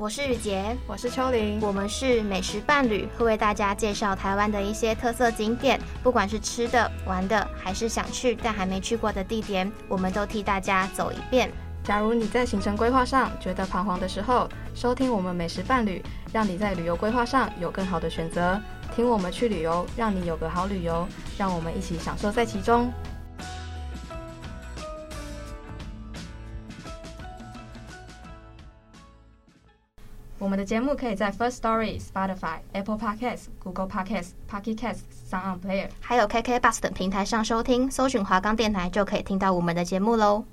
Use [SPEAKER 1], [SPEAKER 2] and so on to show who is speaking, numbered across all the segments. [SPEAKER 1] 我是雨杰，
[SPEAKER 2] 我是秋玲。
[SPEAKER 1] 我们是美食伴侣，会为大家介绍台湾的一些特色景点，不管是吃的、玩的，还是想去但还没去过的地点，我们都替大家走一遍。
[SPEAKER 2] 假如你在行程规划上觉得彷徨的时候，收听我们美食伴侣，让你在旅游规划上有更好的选择。听我们去旅游，让你有个好旅游。让我们一起享受在其中。我们的节目可以在 First Story、Spotify、Apple Podcasts、Google Podcasts、Pocket Casts、Sound On Player。
[SPEAKER 1] 还有 KK Bus 等平台上收听，搜寻华冈电台就可以听到我们的节目喽。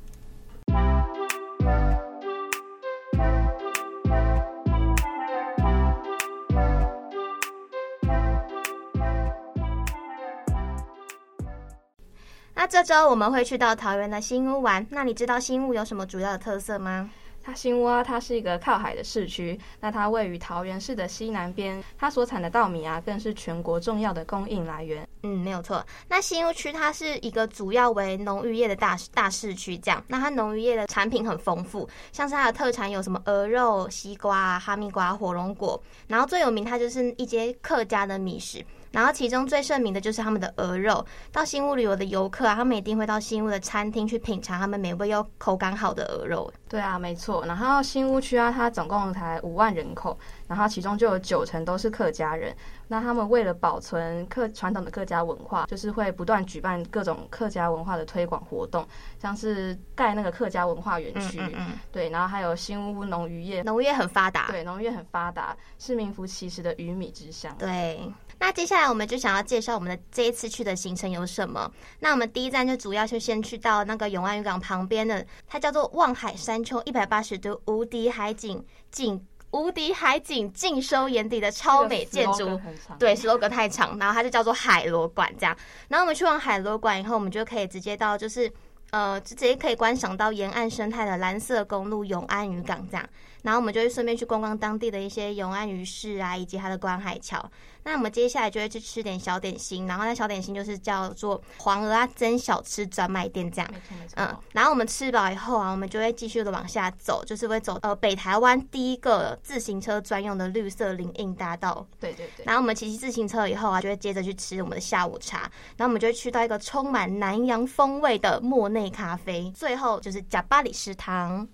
[SPEAKER 1] 那这周我们会去到桃园的新屋玩，那你知道新屋有什么主要的特色吗？
[SPEAKER 2] 它新窝、啊、它是一个靠海的市区，那它位于桃园市的西南边，它所产的稻米啊，更是全国重要的供应来源。
[SPEAKER 1] 嗯，没有错。那新屋区它是一个主要为农渔业的大大市区，这样。那它农渔业的产品很丰富，像是它的特产有什么鹅肉、西瓜、哈密瓜、火龙果，然后最有名它就是一些客家的米食。然后其中最盛名的就是他们的鹅肉。到新屋旅游的游客啊，他们一定会到新屋的餐厅去品尝他们美味又口感好的鹅肉。
[SPEAKER 2] 对啊，没错。然后新屋区啊，它总共才五万人口，然后其中就有九成都是客家人。那他们为了保存客传统的客家文化，就是会不断举办各种客家文化的推广活动，像是盖那个客家文化园区，
[SPEAKER 1] 嗯嗯
[SPEAKER 2] 对，然后还有新屋农渔业，
[SPEAKER 1] 农业很发达。
[SPEAKER 2] 对，农业很发达，是名副其实的鱼米之乡。
[SPEAKER 1] 对，那接下来我们就想要介绍我们的这一次去的行程有什么。那我们第一站就主要就先去到那个永安渔港旁边的，它叫做望海山丘一百八十度无敌海景景无敌海景尽收眼底的超美建
[SPEAKER 2] 这
[SPEAKER 1] 筑
[SPEAKER 2] 个 slogan。很长，
[SPEAKER 1] 对，slogan 太长，然后它就叫做海螺馆这样。然后我们去完海螺馆以后，我们就可以直接到就是呃，直接可以观赏到沿岸生态的蓝色公路永安渔港这样。然后我们就会顺便去逛逛当地的一些永安渔市啊，以及它的观海桥。那我们接下来就会去吃点小点心，然后那小点心就是叫做黄鹅啊蒸小吃专卖店这样。
[SPEAKER 2] 没错没错。
[SPEAKER 1] 嗯，然后我们吃饱以后啊，我们就会继续的往下走，就是会走呃北台湾第一个自行车专用的绿色林荫大道。
[SPEAKER 2] 对对对。
[SPEAKER 1] 然后我们骑骑自行车以后啊，就会接着去吃我们的下午茶，然后我们就会去到一个充满南洋风味的莫内咖啡，最后就是贾巴里食堂。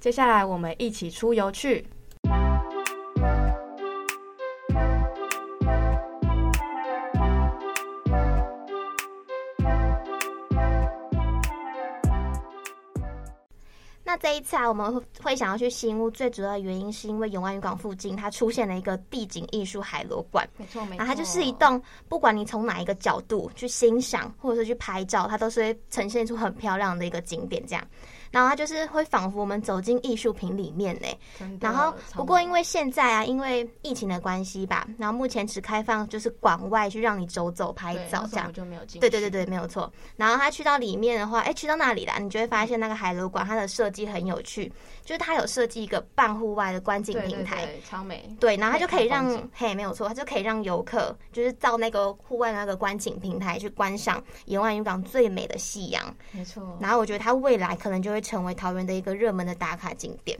[SPEAKER 2] 接下来我们一起出游去。
[SPEAKER 1] 那这一次啊，我们会会想要去新屋，最主要的原因是因为永安渔港附近它出现了一个地景艺术海螺馆。
[SPEAKER 2] 没错没
[SPEAKER 1] 然啊后它就是一栋，不管你从哪一个角度去欣赏，或者是去拍照，它都是会呈现出很漂亮的一个景点这样。然后它就是会仿佛我们走进艺术品里面呢、
[SPEAKER 2] 真的
[SPEAKER 1] 然后
[SPEAKER 2] 超
[SPEAKER 1] 不过
[SPEAKER 2] 美
[SPEAKER 1] 因为现在啊，因为疫情的关系吧，然后目前只开放就是馆外去让你走走拍
[SPEAKER 2] 对
[SPEAKER 1] 照
[SPEAKER 2] 那时
[SPEAKER 1] 这
[SPEAKER 2] 候
[SPEAKER 1] 样
[SPEAKER 2] 我。就没有进。
[SPEAKER 1] 对对对。对，没有错。然后他去到里面的话，哎，去到那里啦，你就会发现那个海螺馆它的设计很有趣，就是它有设计一个半户外的观景
[SPEAKER 2] 对
[SPEAKER 1] 平
[SPEAKER 2] 对
[SPEAKER 1] 台，
[SPEAKER 2] 对，超美，
[SPEAKER 1] 对，然后它就可以
[SPEAKER 2] 可以看
[SPEAKER 1] 让
[SPEAKER 2] 风
[SPEAKER 1] 嘿，没有错，它就可以让游客就是到那个户外那个观景平台去观赏沿岸渔港最美的夕阳。
[SPEAKER 2] 没错。
[SPEAKER 1] 然后我觉得它未来可能就会成为桃园的一个热门的打卡景点。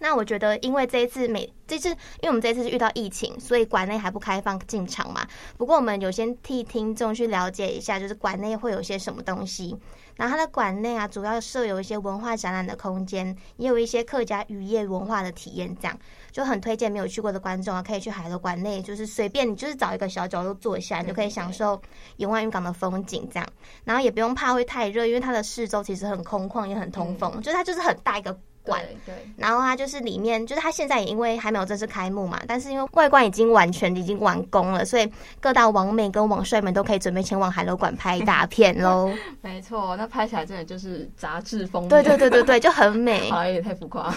[SPEAKER 1] 那我觉得，因为这一次每这次，因为我们这次是遇到疫情，所以馆内还不开放进场嘛。不过我们有先替听众去了解一下，就是馆内会有些什么东西。然后它的馆内啊，主要设有一些文化展览的空间，也有一些客家渔业文化的体验，这样就很推荐没有去过的观众啊，可以去海螺馆内，就是随便你就是找一个小角落坐下，你就可以享受永安渔港的风景这样。然后也不用怕会太热，因为它的四周其实很空旷，也很通
[SPEAKER 2] 嗯
[SPEAKER 1] 风，就是它就是很大一个馆。
[SPEAKER 2] 对对，
[SPEAKER 1] 然后它就是里面，就是它现在也因为还没有正式开幕嘛，但是因为外观已经完全已经完工了，所以各大网美跟网帅们都可以准备前往海楼馆拍一大片 喽。
[SPEAKER 2] 没错，那拍起来真的就是杂志风。啊
[SPEAKER 1] 对对对对对，就很美。
[SPEAKER 2] 好像有点太浮夸。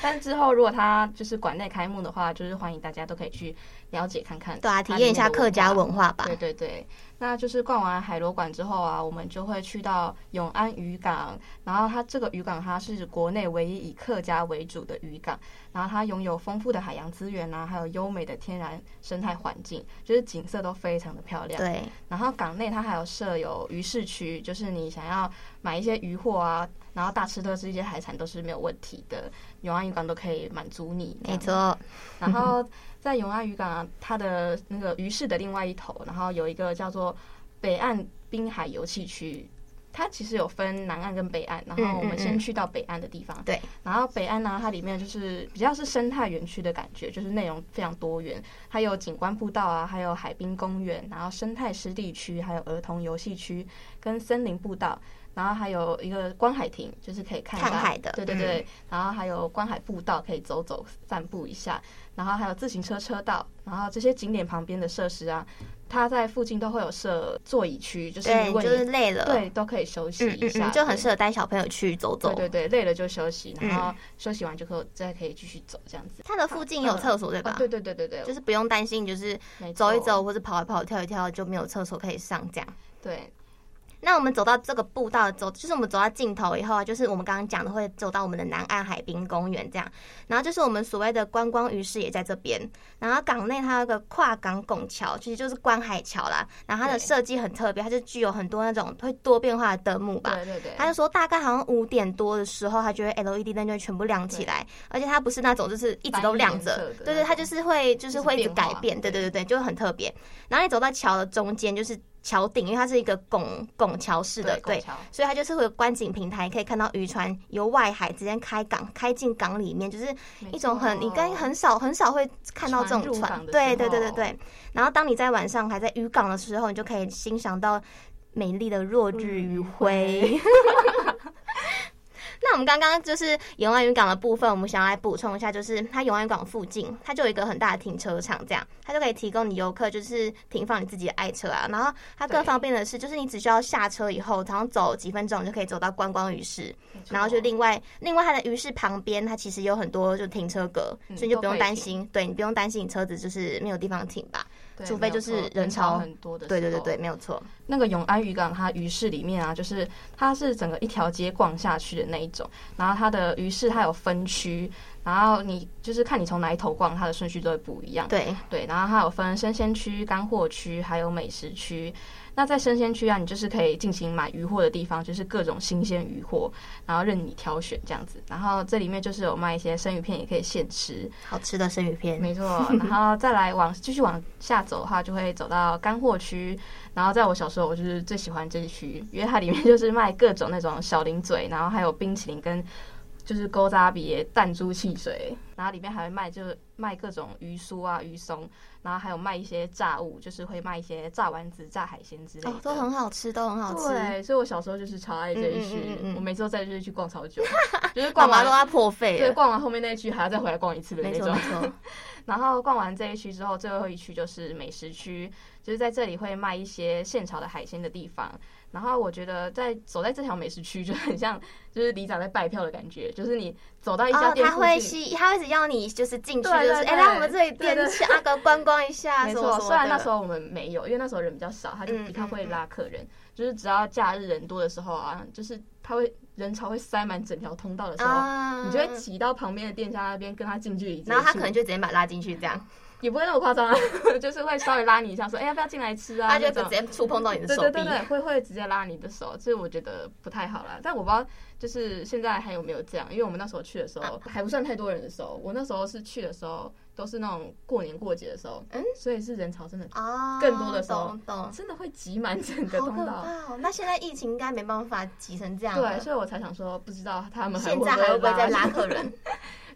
[SPEAKER 2] 但之后如果它就是馆内开幕的话，就是欢迎大家都可以去了解看看，
[SPEAKER 1] 对啊，体验一下客家文化吧。
[SPEAKER 2] 对对对，那就是逛完海螺馆之后啊，我们就会去到永安渔港，然后它这个渔港它是国内唯一以客家为主的渔港，然后它拥有丰富的海洋资源啊，还有优美的天然生态环境，就是景色都非常的漂亮。
[SPEAKER 1] 对，
[SPEAKER 2] 然后港内它还有设有鱼市区，就是你想要买一些鱼货啊，然后大吃特吃一些海产都是没有问题的，永安渔港都可以满足你。
[SPEAKER 1] 没。错，嗯
[SPEAKER 2] 然后在永安渔港、啊，它的那个鱼市的另外一头，然后有一个叫做北岸滨海游憩区。它其实有分南岸跟北岸，然后我
[SPEAKER 1] 嗯嗯
[SPEAKER 2] 们
[SPEAKER 1] 嗯
[SPEAKER 2] 先去到北岸的地方。
[SPEAKER 1] 对，
[SPEAKER 2] 然后北岸呢，它里面就是比较是生态园区的感觉，就是内容非常多元，它有景观步道啊，还有海滨公园，然后生态湿地区，还有儿童游戏区跟森林步道，然后还有一个观海亭，就是可以看
[SPEAKER 1] 看
[SPEAKER 2] 到
[SPEAKER 1] 海的嗯
[SPEAKER 2] 对对对，然后还有观海步道可以走走散步一下，然后还有自行车车道，然后这些景点旁边的设施啊，它在附近都会有设座椅区，就是
[SPEAKER 1] 对，
[SPEAKER 2] 如
[SPEAKER 1] 你
[SPEAKER 2] 果你
[SPEAKER 1] 就是累了，
[SPEAKER 2] 对都可以休息
[SPEAKER 1] 嗯
[SPEAKER 2] 一
[SPEAKER 1] 嗯
[SPEAKER 2] 下，
[SPEAKER 1] 嗯，就很
[SPEAKER 2] 对
[SPEAKER 1] 适合带小朋友去走走。
[SPEAKER 2] 对对对，累了就休息，然后
[SPEAKER 1] 嗯
[SPEAKER 2] 休息完就可以再可以继续走这样子。
[SPEAKER 1] 它的附近有厕所对吧
[SPEAKER 2] 哦？对对对对对，
[SPEAKER 1] 就是是不用担心，就是走一
[SPEAKER 2] 哦
[SPEAKER 1] 走。或者跑一跑、跳一跳就没有厕所可以上这样。
[SPEAKER 2] 对
[SPEAKER 1] 那我们走到这个步道走，就是我们走到尽头以后啊，就是我们刚刚讲的会走到我们的南岸海滨公园这样，然后就是我们所谓的观光鱼市也在这边，然后港内它有个跨港拱桥，其实就是观海桥啦，然后它的
[SPEAKER 2] 对
[SPEAKER 1] 设计很特别，它就具有很多那种会多变化的灯幕吧。
[SPEAKER 2] 对对对，
[SPEAKER 1] 他就说，大概好像五点多的时候，他就会 LED 灯就会全部亮起来，而且它不是那种就是一直都亮
[SPEAKER 2] 白
[SPEAKER 1] 着
[SPEAKER 2] 颜色的那，种
[SPEAKER 1] 对对，它就是会就是会一直
[SPEAKER 2] 就是变
[SPEAKER 1] 改
[SPEAKER 2] 化
[SPEAKER 1] 变，对对对对，
[SPEAKER 2] 对
[SPEAKER 1] 就很特别。然后你走到桥的中间，就是桥顶，因为它是一个拱拱桥式的，
[SPEAKER 2] 拱
[SPEAKER 1] 对，
[SPEAKER 2] 桥
[SPEAKER 1] 所以它就是会有观景平台，可以看到渔船由外海直接开港，开进港里面，就是
[SPEAKER 2] 没
[SPEAKER 1] 一种很
[SPEAKER 2] 错
[SPEAKER 1] 你应该很少很少会看到这种
[SPEAKER 2] 船入
[SPEAKER 1] 船，
[SPEAKER 2] 港的
[SPEAKER 1] 对
[SPEAKER 2] 时
[SPEAKER 1] 对对对
[SPEAKER 2] 候
[SPEAKER 1] 对。然后当你在晚上还在渔港的时候，你就可以欣赏到美丽的落日余晖。 那我们刚刚就是永安渔港的部分，我们想要来补充一下，就是它永安渔港附近，它就有一个很大的停车场，这样它就可以提供你游客就是停放你自己的爱车啊。然后它更
[SPEAKER 2] 对
[SPEAKER 1] 方便的是，就是你只需要下车以后，然后走几分钟，你就可以走到观光鱼市。
[SPEAKER 2] 没错
[SPEAKER 1] 然后就另外，另外它的鱼市旁边，它其实有很多就停车格，
[SPEAKER 2] 嗯
[SPEAKER 1] 所以你就不
[SPEAKER 2] 都
[SPEAKER 1] 用
[SPEAKER 2] 可以
[SPEAKER 1] 担
[SPEAKER 2] 停
[SPEAKER 1] 心，对你不用担心你车子就是没有地方停吧？
[SPEAKER 2] 对
[SPEAKER 1] 除非
[SPEAKER 2] 没有
[SPEAKER 1] 就是
[SPEAKER 2] 错
[SPEAKER 1] 人潮
[SPEAKER 2] 很多的，
[SPEAKER 1] 对对对对，。没有错，
[SPEAKER 2] 那个永安渔港，它鱼市里面啊，就是它是整个一条街逛下去的那一种，然后它的鱼市它有分区，然后你就是看你从哪一头逛，它的顺序都会不一样。
[SPEAKER 1] 对，
[SPEAKER 2] 对，然后它有分生鲜区、干货区，还有美食区。那在生鲜区啊，你就是可以进行买鱼货的地方，就是各种新鲜鱼货，然后任你挑选这样子。然后这里面就是有卖一些生鱼片，也可以现吃。
[SPEAKER 1] 好吃的生鱼片，哦
[SPEAKER 2] 没错，然后再来往继续往下走的话，就会走到干货区。然后在我小时候，我就是最喜欢这一区，因为它里面 就是卖各种那种小零嘴，然后还有冰淇淋跟就是勾扎比弹珠汽水，然后里面还会卖就是卖各种鱼酥啊、鱼松，然后还有卖一些炸物，就是会卖一些炸丸子、炸海鲜之类的。
[SPEAKER 1] 哦，都很好吃，都很好吃，
[SPEAKER 2] 对，所以我小时候就是超爱这一区，
[SPEAKER 1] 嗯嗯嗯嗯嗯
[SPEAKER 2] 我每次都在这一区逛超 久，就是
[SPEAKER 1] 干
[SPEAKER 2] 逛
[SPEAKER 1] 嘛
[SPEAKER 2] 完
[SPEAKER 1] 都要破费
[SPEAKER 2] 对，
[SPEAKER 1] 了，
[SPEAKER 2] 逛完后面那一区还要再回来逛一次的那
[SPEAKER 1] 没
[SPEAKER 2] 种
[SPEAKER 1] 错。没错，
[SPEAKER 2] 然后逛完这一区之后，最后一区就是美食区，就是在这里会卖一些现炒的海鲜的地方。然后我觉得在走在这条美食区就很像，就是里长在拜票的感觉，就是你走到一家
[SPEAKER 1] 哦，
[SPEAKER 2] 哎店
[SPEAKER 1] 他
[SPEAKER 2] 附
[SPEAKER 1] 会
[SPEAKER 2] 近。
[SPEAKER 1] 吸，他会只要你就是进去，就
[SPEAKER 2] 对
[SPEAKER 1] 是哎，
[SPEAKER 2] 对对
[SPEAKER 1] 来我们这里店
[SPEAKER 2] 对对
[SPEAKER 1] 去啊个观光一下，
[SPEAKER 2] 没
[SPEAKER 1] 什么
[SPEAKER 2] 错，
[SPEAKER 1] 什么
[SPEAKER 2] 虽然
[SPEAKER 1] 的
[SPEAKER 2] 那时候我们没有，因为那时候人比较少，他就
[SPEAKER 1] 嗯
[SPEAKER 2] 比较
[SPEAKER 1] 嗯
[SPEAKER 2] 会
[SPEAKER 1] 嗯
[SPEAKER 2] 拉客人。就是只要假日人多的时候啊，就是他会人潮会塞满整条通道的时候，
[SPEAKER 1] 啊，
[SPEAKER 2] 你就会挤到旁边的店家那边跟他近距离接触。
[SPEAKER 1] 然后他可能就直接把你拉进去这样，
[SPEAKER 2] 也不会那么夸张啊， 就是会稍微拉你一下，说哎、要不要进来吃啊？
[SPEAKER 1] 他就
[SPEAKER 2] 那种
[SPEAKER 1] 直接触碰到你的
[SPEAKER 2] 对
[SPEAKER 1] 手
[SPEAKER 2] 对
[SPEAKER 1] 臂
[SPEAKER 2] 对，对，会会直接拉你的手，这我觉得不太好啦。但我不知道，就是现在还有没有这样，因为我们那时候去的时
[SPEAKER 1] 啊
[SPEAKER 2] 候还不算太多人的时候，我那时候是去的时候都是那种过年过节的时候，
[SPEAKER 1] 嗯
[SPEAKER 2] 所以是人潮真的
[SPEAKER 1] 哦，
[SPEAKER 2] 更多的时候
[SPEAKER 1] 懂懂。
[SPEAKER 2] 真的会挤满整个
[SPEAKER 1] 好可怕
[SPEAKER 2] 通道。
[SPEAKER 1] 哦！那现在疫情应该没办法挤成这样了。
[SPEAKER 2] 对，所以我才想说，不知道他们还
[SPEAKER 1] 现在还会
[SPEAKER 2] 会
[SPEAKER 1] 不会再拉
[SPEAKER 2] 拉
[SPEAKER 1] 客 人？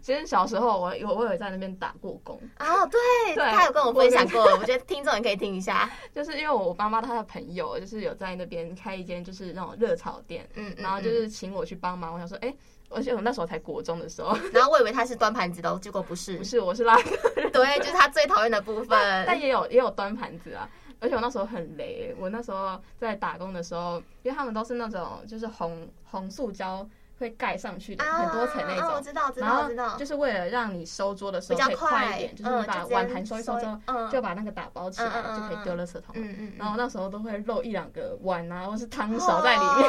[SPEAKER 2] 其实小时候我有我有在那边打过工，
[SPEAKER 1] 哦，对，
[SPEAKER 2] 对
[SPEAKER 1] 他有跟我分享过，我觉得听众也可以听一下。
[SPEAKER 2] 就是因为我妈妈她的朋友就是有在那边开一间就是那种热炒店，
[SPEAKER 1] 嗯，嗯
[SPEAKER 2] 然后就是请我去帮忙。我想说，哎、而且我那时候才国中的时候，
[SPEAKER 1] 嗯然后我以为他是端盘子的哦，结果不是
[SPEAKER 2] 不。是我是拉
[SPEAKER 1] 对，就是他最讨厌的部
[SPEAKER 2] 但
[SPEAKER 1] 分。
[SPEAKER 2] 也有也有端盘子啊。而且我那时候很雷，我那时候在打工的时候，因为他们都是那种就是红红塑胶会盖上去的，
[SPEAKER 1] 啊，
[SPEAKER 2] 很多层那
[SPEAKER 1] 啊我
[SPEAKER 2] 种。
[SPEAKER 1] 知道，知
[SPEAKER 2] 然
[SPEAKER 1] 道，
[SPEAKER 2] 后
[SPEAKER 1] 知道，
[SPEAKER 2] 就是为了让你收桌的时
[SPEAKER 1] 比较
[SPEAKER 2] 候可以快一点，就是你
[SPEAKER 1] 嗯，
[SPEAKER 2] 把
[SPEAKER 1] 直接
[SPEAKER 2] 碗盘收一收之后，
[SPEAKER 1] 嗯，
[SPEAKER 2] 就把那个打包起来，
[SPEAKER 1] 嗯嗯嗯
[SPEAKER 2] 就可以丢垃圾桶。
[SPEAKER 1] 嗯嗯，
[SPEAKER 2] 然后
[SPEAKER 1] 后
[SPEAKER 2] 我那时候都会漏一两个碗啊，或是汤勺在里面，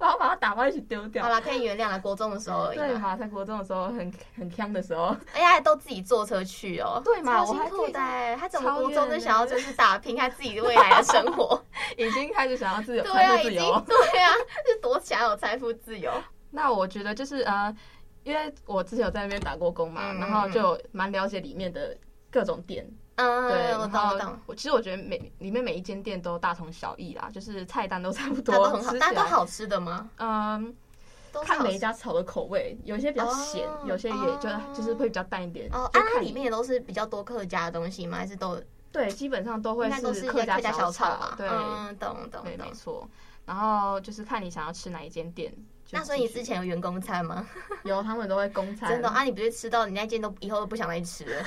[SPEAKER 2] 然后把它打包一起丢掉
[SPEAKER 1] 哦好。啦，可以原谅了，国中的时候而已
[SPEAKER 2] 对
[SPEAKER 1] 嘛，
[SPEAKER 2] 嘛，在国中的时候很很呛的时候，
[SPEAKER 1] 而且还都自己坐车去哦，
[SPEAKER 2] 对嘛
[SPEAKER 1] 超
[SPEAKER 2] 我还
[SPEAKER 1] 辛苦
[SPEAKER 2] 自己
[SPEAKER 1] 的欸，他整个
[SPEAKER 2] 超
[SPEAKER 1] 国中
[SPEAKER 2] 远
[SPEAKER 1] 就
[SPEAKER 2] 的
[SPEAKER 1] 想要就是打拼他自己未来的生活，
[SPEAKER 2] 已经开始想要自由，
[SPEAKER 1] 对
[SPEAKER 2] 财
[SPEAKER 1] 啊，
[SPEAKER 2] 富
[SPEAKER 1] 已
[SPEAKER 2] 自
[SPEAKER 1] 经
[SPEAKER 2] 由。
[SPEAKER 1] 对啊，是多想有财富自由，
[SPEAKER 2] 那我觉得就是呃，因为我之前有在那边打过工嘛，
[SPEAKER 1] 嗯
[SPEAKER 2] 然后就蛮了解里面的各种店。
[SPEAKER 1] 嗯，
[SPEAKER 2] 对，
[SPEAKER 1] 我
[SPEAKER 2] 然
[SPEAKER 1] 懂我
[SPEAKER 2] 后
[SPEAKER 1] 懂，
[SPEAKER 2] 我其实我觉得每里面每一间店都大同小异啦，就是菜单都差不
[SPEAKER 1] 大家都
[SPEAKER 2] 多，
[SPEAKER 1] 很好，
[SPEAKER 2] 吃
[SPEAKER 1] 大
[SPEAKER 2] 起
[SPEAKER 1] 家都
[SPEAKER 2] 来。
[SPEAKER 1] 好吃的吗？
[SPEAKER 2] 嗯，
[SPEAKER 1] 都是
[SPEAKER 2] 看
[SPEAKER 1] 好
[SPEAKER 2] 每一
[SPEAKER 1] 吃
[SPEAKER 2] 家炒的口味，有些比较咸
[SPEAKER 1] 哦，
[SPEAKER 2] 有些也就
[SPEAKER 1] 哦
[SPEAKER 2] 就是会比较淡一点。
[SPEAKER 1] 哦，啊，
[SPEAKER 2] 就
[SPEAKER 1] 它
[SPEAKER 2] 看
[SPEAKER 1] 里面也都是比较多客家的东西吗？还是都
[SPEAKER 2] 对，基本上都会
[SPEAKER 1] 应该都是一
[SPEAKER 2] 客
[SPEAKER 1] 些
[SPEAKER 2] 家
[SPEAKER 1] 客家小
[SPEAKER 2] 炒啊
[SPEAKER 1] 吧？
[SPEAKER 2] 对，
[SPEAKER 1] 嗯，懂懂
[SPEAKER 2] 对，没
[SPEAKER 1] 懂。
[SPEAKER 2] 错。然后就是看你想要吃哪一间店。就
[SPEAKER 1] 那所以你
[SPEAKER 2] 进
[SPEAKER 1] 之
[SPEAKER 2] 去
[SPEAKER 1] 前有员工餐吗？
[SPEAKER 2] 有他们都会公餐，
[SPEAKER 1] 真的啊，你不是吃到你那间都以后都不想再吃 了？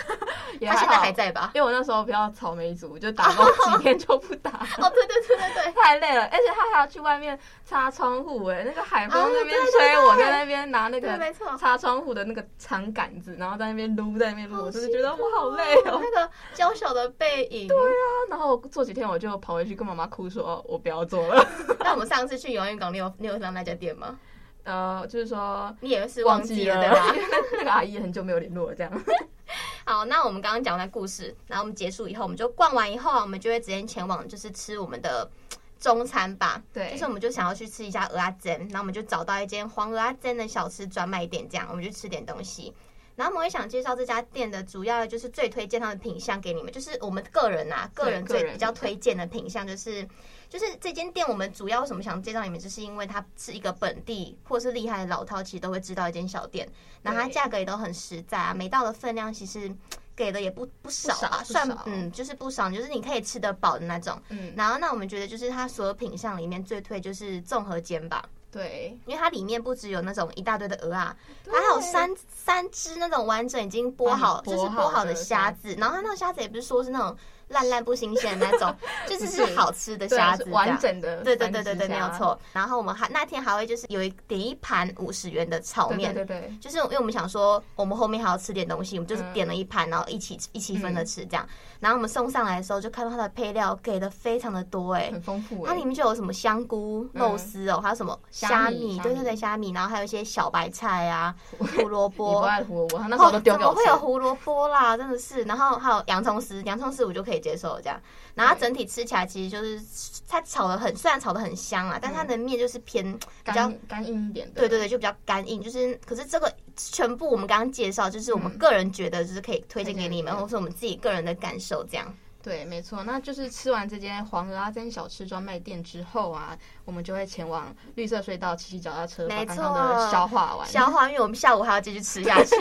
[SPEAKER 2] 也
[SPEAKER 1] 他
[SPEAKER 2] 还
[SPEAKER 1] 现在
[SPEAKER 2] 好
[SPEAKER 1] 还在吧？
[SPEAKER 2] 因为我那时候比较草莓族，就打工几天就不打，
[SPEAKER 1] 哦，对对对对对，
[SPEAKER 2] 太累了，而且他还要去外面擦窗户，哎，那个海风
[SPEAKER 1] 啊
[SPEAKER 2] 那
[SPEAKER 1] 对
[SPEAKER 2] 边
[SPEAKER 1] 对
[SPEAKER 2] 吹，我
[SPEAKER 1] 对
[SPEAKER 2] 在那边拿那
[SPEAKER 1] 对，
[SPEAKER 2] 个
[SPEAKER 1] 没错。
[SPEAKER 2] 擦窗户的那个长杆子，然后在那边撸，在那边撸，我就是觉得我好累哦。
[SPEAKER 1] 那个娇小的背影。对啊。
[SPEAKER 2] 然后我做几天我就跑回去跟妈妈哭说，哦我不要做了，
[SPEAKER 1] 那我们上次去游泳港，你有你有上那家店吗？
[SPEAKER 2] 呃，就是说
[SPEAKER 1] 你也是
[SPEAKER 2] 忘
[SPEAKER 1] 记
[SPEAKER 2] 记了
[SPEAKER 1] 对吧？
[SPEAKER 2] 那个阿姨很久没有联络了，这样。
[SPEAKER 1] 好，那我们刚刚讲完故事，然后我们结束以后，我们就逛完以后啊，我们就会直接前往就是吃我们的嘖中餐吧。
[SPEAKER 2] 对
[SPEAKER 1] 就是我们就想要去吃一下鹅阿珍，然后我们就找到一间黄鹅阿珍的小吃专卖店，这样我们就吃点东西。然后我们也想介绍这家店的主要就是最推荐它的品相给你们，就是我们个人啊，
[SPEAKER 2] 对
[SPEAKER 1] 个人
[SPEAKER 2] 个
[SPEAKER 1] 最
[SPEAKER 2] 人
[SPEAKER 1] 比较推荐的品相就是就是这间店，我们主要为什么想介绍你们，就是因为它是一个本地或是厉害的老饕，其实都会知道一间小店，然后它价格也都很实在啊，每道的分量其实嘖给的也不不少啊，
[SPEAKER 2] 不少不
[SPEAKER 1] 算
[SPEAKER 2] 少
[SPEAKER 1] 嗯就是不少，就是你可以吃得饱的那种。
[SPEAKER 2] 嗯，
[SPEAKER 1] 然后那我们觉得就是它所有品相里面最推就是综合煎吧，
[SPEAKER 2] 对，
[SPEAKER 1] 因为它里面不只有那种一大堆的鹅啊，它还有三三只那种完整已经剥好，就
[SPEAKER 2] 嗯
[SPEAKER 1] 是
[SPEAKER 2] 剥好
[SPEAKER 1] 剥好的
[SPEAKER 2] 的
[SPEAKER 1] 虾
[SPEAKER 2] 虾
[SPEAKER 1] 子，然后它那个虾子也不是说是那种烂烂不新鲜的那 种，就只是
[SPEAKER 2] 对
[SPEAKER 1] 好吃的
[SPEAKER 2] 对
[SPEAKER 1] 虾
[SPEAKER 2] 啊是
[SPEAKER 1] 子这
[SPEAKER 2] 完
[SPEAKER 1] 样
[SPEAKER 2] 整的，
[SPEAKER 1] 对对对对对，没有。错。然后我们还那天还会就是有一点一盘五十元的炒
[SPEAKER 2] 对
[SPEAKER 1] 面，
[SPEAKER 2] 对对对，
[SPEAKER 1] 就是因为我们想说我们后面还要吃点东西，我们就是
[SPEAKER 2] 嗯
[SPEAKER 1] 点了一盘，然后一起一起分着吃这样。然后我们送上来的时候，就看到它的配料给的非常的多哎、
[SPEAKER 2] 很丰富欸。
[SPEAKER 1] 它里面就有什么香菇、
[SPEAKER 2] 嗯
[SPEAKER 1] 肉丝哦，还有什么虾
[SPEAKER 2] 虾米
[SPEAKER 1] 米，
[SPEAKER 2] 虾
[SPEAKER 1] 对对
[SPEAKER 2] 米
[SPEAKER 1] 对，虾米，然后还有一些小白菜啊、胡萝
[SPEAKER 2] 你不
[SPEAKER 1] 卜。
[SPEAKER 2] 爱胡萝卜，他那时候都
[SPEAKER 1] 哦，
[SPEAKER 2] 丢
[SPEAKER 1] 怎
[SPEAKER 2] 给
[SPEAKER 1] 么
[SPEAKER 2] 我吃
[SPEAKER 1] 会。有胡萝卜啦？真的是，然后还有洋葱丝，洋葱丝我就可以接受这样。然后它
[SPEAKER 2] 对
[SPEAKER 1] 整体吃起来其实就是它炒的很，虽然炒的很香啊，但它的面就是偏比较
[SPEAKER 2] 嗯干干硬一点的，
[SPEAKER 1] 对对对，就比较干硬。就是，可是这个全部我们刚刚介绍，就是我们个人觉得就是可以推荐给你们，
[SPEAKER 2] 嗯推荐给你们
[SPEAKER 1] 或是我们自己个人的感受这样。
[SPEAKER 2] 对，没错。那就是吃完这间黄鹅阿珍小吃专卖店之后啊，我们就会前往绿色隧道骑骑脚踏车，把
[SPEAKER 1] 没
[SPEAKER 2] 刚刚
[SPEAKER 1] 错
[SPEAKER 2] 的消化完，
[SPEAKER 1] 消化，因为我们下午还要继续吃下 去。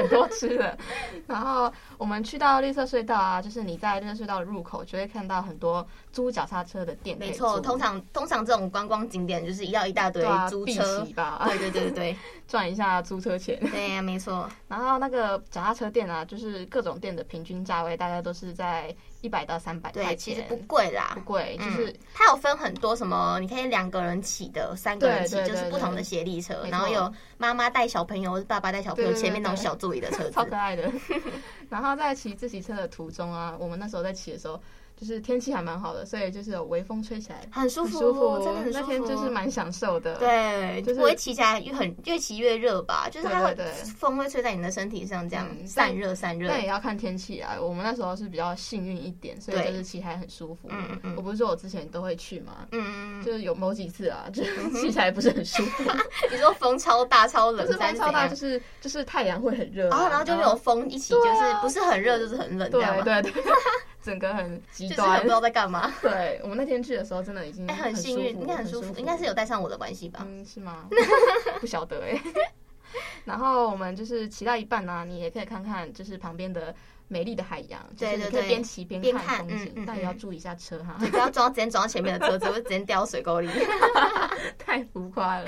[SPEAKER 2] 很多吃的。然后我们去到绿色隧道啊，就是你在绿色隧道的入口就会看到很多租脚踏车的店可以
[SPEAKER 1] 没
[SPEAKER 2] 租，
[SPEAKER 1] 错，通常通常这种观光景点就是要一大堆
[SPEAKER 2] 对啊，
[SPEAKER 1] 租
[SPEAKER 2] 避
[SPEAKER 1] 车
[SPEAKER 2] 骑。吧，
[SPEAKER 1] 对对对对
[SPEAKER 2] 赚一下租车钱。
[SPEAKER 1] 对，对呀、没错。
[SPEAKER 2] 然后那个脚踏车店啊，就是各种店的平均价位大概都是在一百到三百块
[SPEAKER 1] 对，其
[SPEAKER 2] 钱，
[SPEAKER 1] 实不贵啦
[SPEAKER 2] 不。贵，就是
[SPEAKER 1] 嗯、它有分很多什么，你可以两个人骑的、三个人骑，
[SPEAKER 2] 对对
[SPEAKER 1] 就是
[SPEAKER 2] 对
[SPEAKER 1] 不同的
[SPEAKER 2] 对
[SPEAKER 1] 协力车，
[SPEAKER 2] 没错
[SPEAKER 1] 然后有妈妈带小朋友、或是爸爸带小朋友，
[SPEAKER 2] 对对对
[SPEAKER 1] 前面那种
[SPEAKER 2] 对
[SPEAKER 1] 小座椅的车
[SPEAKER 2] 超
[SPEAKER 1] 子
[SPEAKER 2] 可。爱的。然后在骑自行车的途中啊，我们那时候在骑的时候，就是天气还蛮好的，所以就是有微风吹起来，
[SPEAKER 1] 很舒
[SPEAKER 2] 很
[SPEAKER 1] 服，
[SPEAKER 2] 舒服，
[SPEAKER 1] 真的很舒服。
[SPEAKER 2] 那天就是蛮享受的。，
[SPEAKER 1] 对，
[SPEAKER 2] 就
[SPEAKER 1] 就是不会骑起来越很越骑越热吧，就是它
[SPEAKER 2] 对
[SPEAKER 1] 会
[SPEAKER 2] 对对
[SPEAKER 1] 风会吹在你的身体上，这样
[SPEAKER 2] 嗯
[SPEAKER 1] 散热散热
[SPEAKER 2] 但。也要看天气啊。我们那时候是比较幸运一点，所以
[SPEAKER 1] 对
[SPEAKER 2] 就是骑还很舒服。
[SPEAKER 1] 嗯嗯嗯
[SPEAKER 2] 我不是说我之前都会去吗？
[SPEAKER 1] 嗯，嗯
[SPEAKER 2] 就是有某几次 啊，就是骑起来不是很舒服，
[SPEAKER 1] 嗯你说风超大超冷
[SPEAKER 2] 就，是
[SPEAKER 1] 还
[SPEAKER 2] 风超
[SPEAKER 1] 怎
[SPEAKER 2] 大，
[SPEAKER 1] 样
[SPEAKER 2] 就是就是太阳会很热
[SPEAKER 1] 然
[SPEAKER 2] 啊、
[SPEAKER 1] 后然后就会有风一起，就是不是很热就是很冷，这样
[SPEAKER 2] 对
[SPEAKER 1] 嘛，
[SPEAKER 2] 对 对，整个很极
[SPEAKER 1] 就是很
[SPEAKER 2] 端
[SPEAKER 1] 不知。道在干嘛。
[SPEAKER 2] 对我们那天去的时候，真的已经
[SPEAKER 1] 哎，很幸运，应该很
[SPEAKER 2] 嗯很
[SPEAKER 1] 舒服
[SPEAKER 2] 服，，
[SPEAKER 1] 应该是有带上我的关系吧。
[SPEAKER 2] 嗯，是 吗？不晓得哎、然后我们就是骑到一半呢、你也可以看看就是旁边的美丽的海洋，就
[SPEAKER 1] 对
[SPEAKER 2] 是你
[SPEAKER 1] 对
[SPEAKER 2] 可以
[SPEAKER 1] 对
[SPEAKER 2] 边骑边
[SPEAKER 1] 边
[SPEAKER 2] 看
[SPEAKER 1] 看
[SPEAKER 2] 风
[SPEAKER 1] 嗯
[SPEAKER 2] 景，
[SPEAKER 1] 嗯
[SPEAKER 2] 但也要
[SPEAKER 1] 嗯
[SPEAKER 2] 注意一下车哈，
[SPEAKER 1] 你不要装，直接装到前面的车子，会直接掉水沟里。
[SPEAKER 2] 太浮夸了。